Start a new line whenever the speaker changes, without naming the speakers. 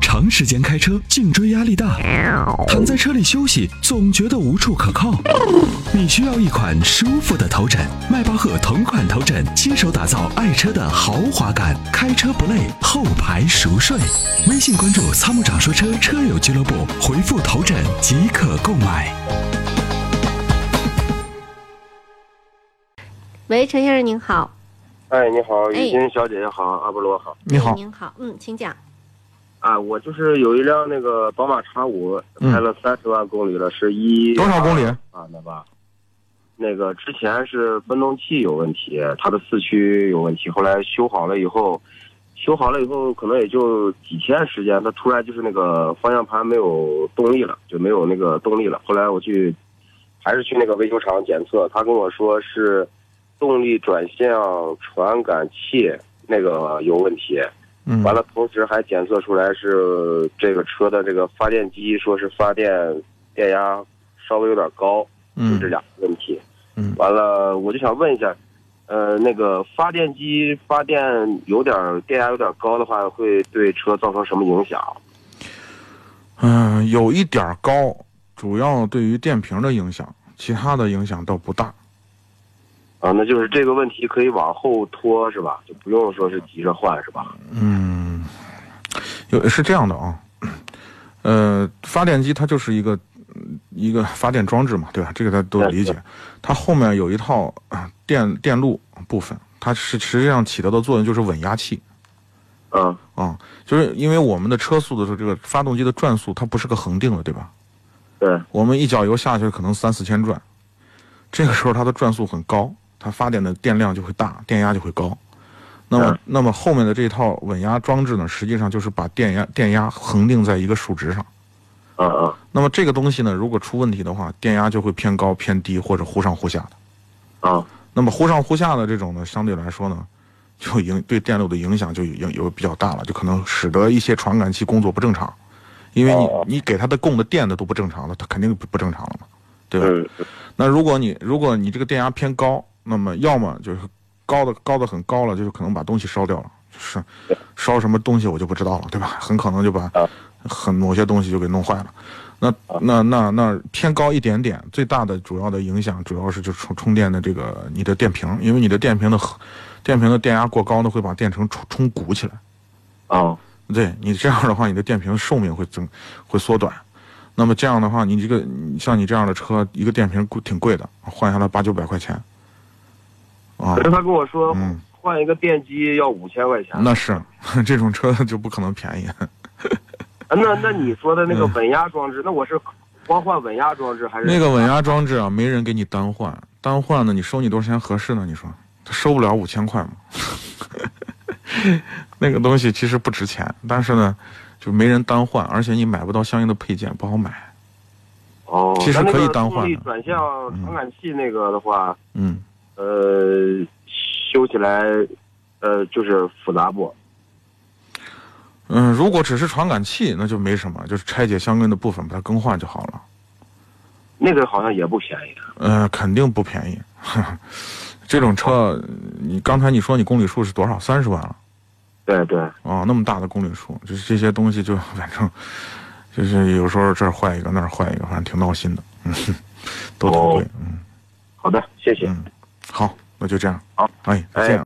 长时间开车，颈椎压力大，躺在车里休息总觉得无处可靠。你需要一款舒服的头枕，迈巴赫同款头枕，亲手打造爱车的豪华感，开车不累，后排熟睡。微信关注“参谋长说车”车友俱乐部，回复“头枕”即可购买。
喂，陈先生您好。
哎，你好，
哎
雨欣小姐姐好，阿波罗好。
你好
哎，您好，嗯，请讲。
啊，我就是有一辆那个宝马叉五，
嗯
开了三十万公里了，是一
多少公里？
啊的吧？那个之前是分动器有问题，它的四驱有问题，后来修好了以后，修好了以后可能也就几天时间，它突然就是那个方向盘没有动力了，就没有那个动力了。后来我去，还是去那个维修厂检测，他跟我说是动力转向传感器那个有问题。
嗯，
完了，同时还检测出来是这个车的这个发电机，说是发电电压稍微有点高，就
嗯
这，两个问题。
嗯
完了，我就想问一下，呃，那个发电机发电有点儿电压有点高的话，会对车造成什么影响？
嗯，有一点儿高，主要对于电瓶的影响，其他的影响倒不大。
啊，那就是这个问题可以往后拖是吧？就不用说是急着换是吧？
嗯，有是这样的啊，呃，发电机它就是一个嗯一个发电装置嘛，对吧？这个大家都理解。它后面有一套啊电电路部分，它是实际上起到的作用就是稳压器
嗯，
啊，就是因为我们的车速的时候，这个发动机的转速它不是个恒定的，对吧？
对，
我们一脚油下去可能三四千转，这个时候它的转速很高，它发电的电量就会大，电压就会高。那么
嗯，
那么后面的这套稳压装置呢，实际上就是把电压电压恒定在一个数值上。
嗯嗯
那么这个东西呢，如果出问题的话，电压就会偏高、偏低或者忽上忽下的。
啊
那么忽上忽下的这种呢，相对来说呢，就影对电流的影响就有有比较大了，就可能使得一些传感器工作不正常，因为你
哦
你给它的供的电的都不正常了，它肯定不不正常了嘛，对吧？
嗯
那如果你如果你这个电压偏高，那么要么就是高的高的很高了，就是可能把东西烧掉了，就是烧什么东西我就不知道了，对吧？很可能就把
啊
很某些东西就给弄坏了。那那那那偏高一点点，最大的主要的影响主要是就充充电的这个你的电瓶，因为你的电瓶的核电瓶的电压过高呢，会把电池充充鼓起来。
啊
对你这样的话，你的电瓶寿命会增会缩短。那么这样的话，你这个你像你这样的车，一个电瓶贵挺贵的，换下来八九百块钱。啊
可，是他跟我说
嗯
换一个电机要五千块钱，
那是 这种车就不可能便宜。
啊，那那你说的那个
嗯
稳压装置，那我是光换稳压装置还是
那个稳压装置啊，没人给你单换，单换呢，你收你多少钱合适呢？你说他收不了五千块嘛？ 那个东西其实不值钱，但是呢，就没人单换，而且你买不到相应的配件，不好买。
哦，
其实
那那
可以
个
单换的
动力转向传感器那个的话，
嗯，
呃，修起来，呃，就是复杂不？
嗯，如果只是传感器，那就没什么，就是拆解相应的部分，把它更换就好了。
那个好像也不便宜啊
呃，肯定不便宜。 这种车，你刚才你说你公里数是多少？三十万了
对对，
啊、那么大的公里数，就是这些东西就反正 就是有时候这儿坏一个那儿坏一个，反正挺闹心的， 嗯，都挺贵。嗯，
好的，谢谢。
嗯好，那就这样。
好，
哎，再
哎
见。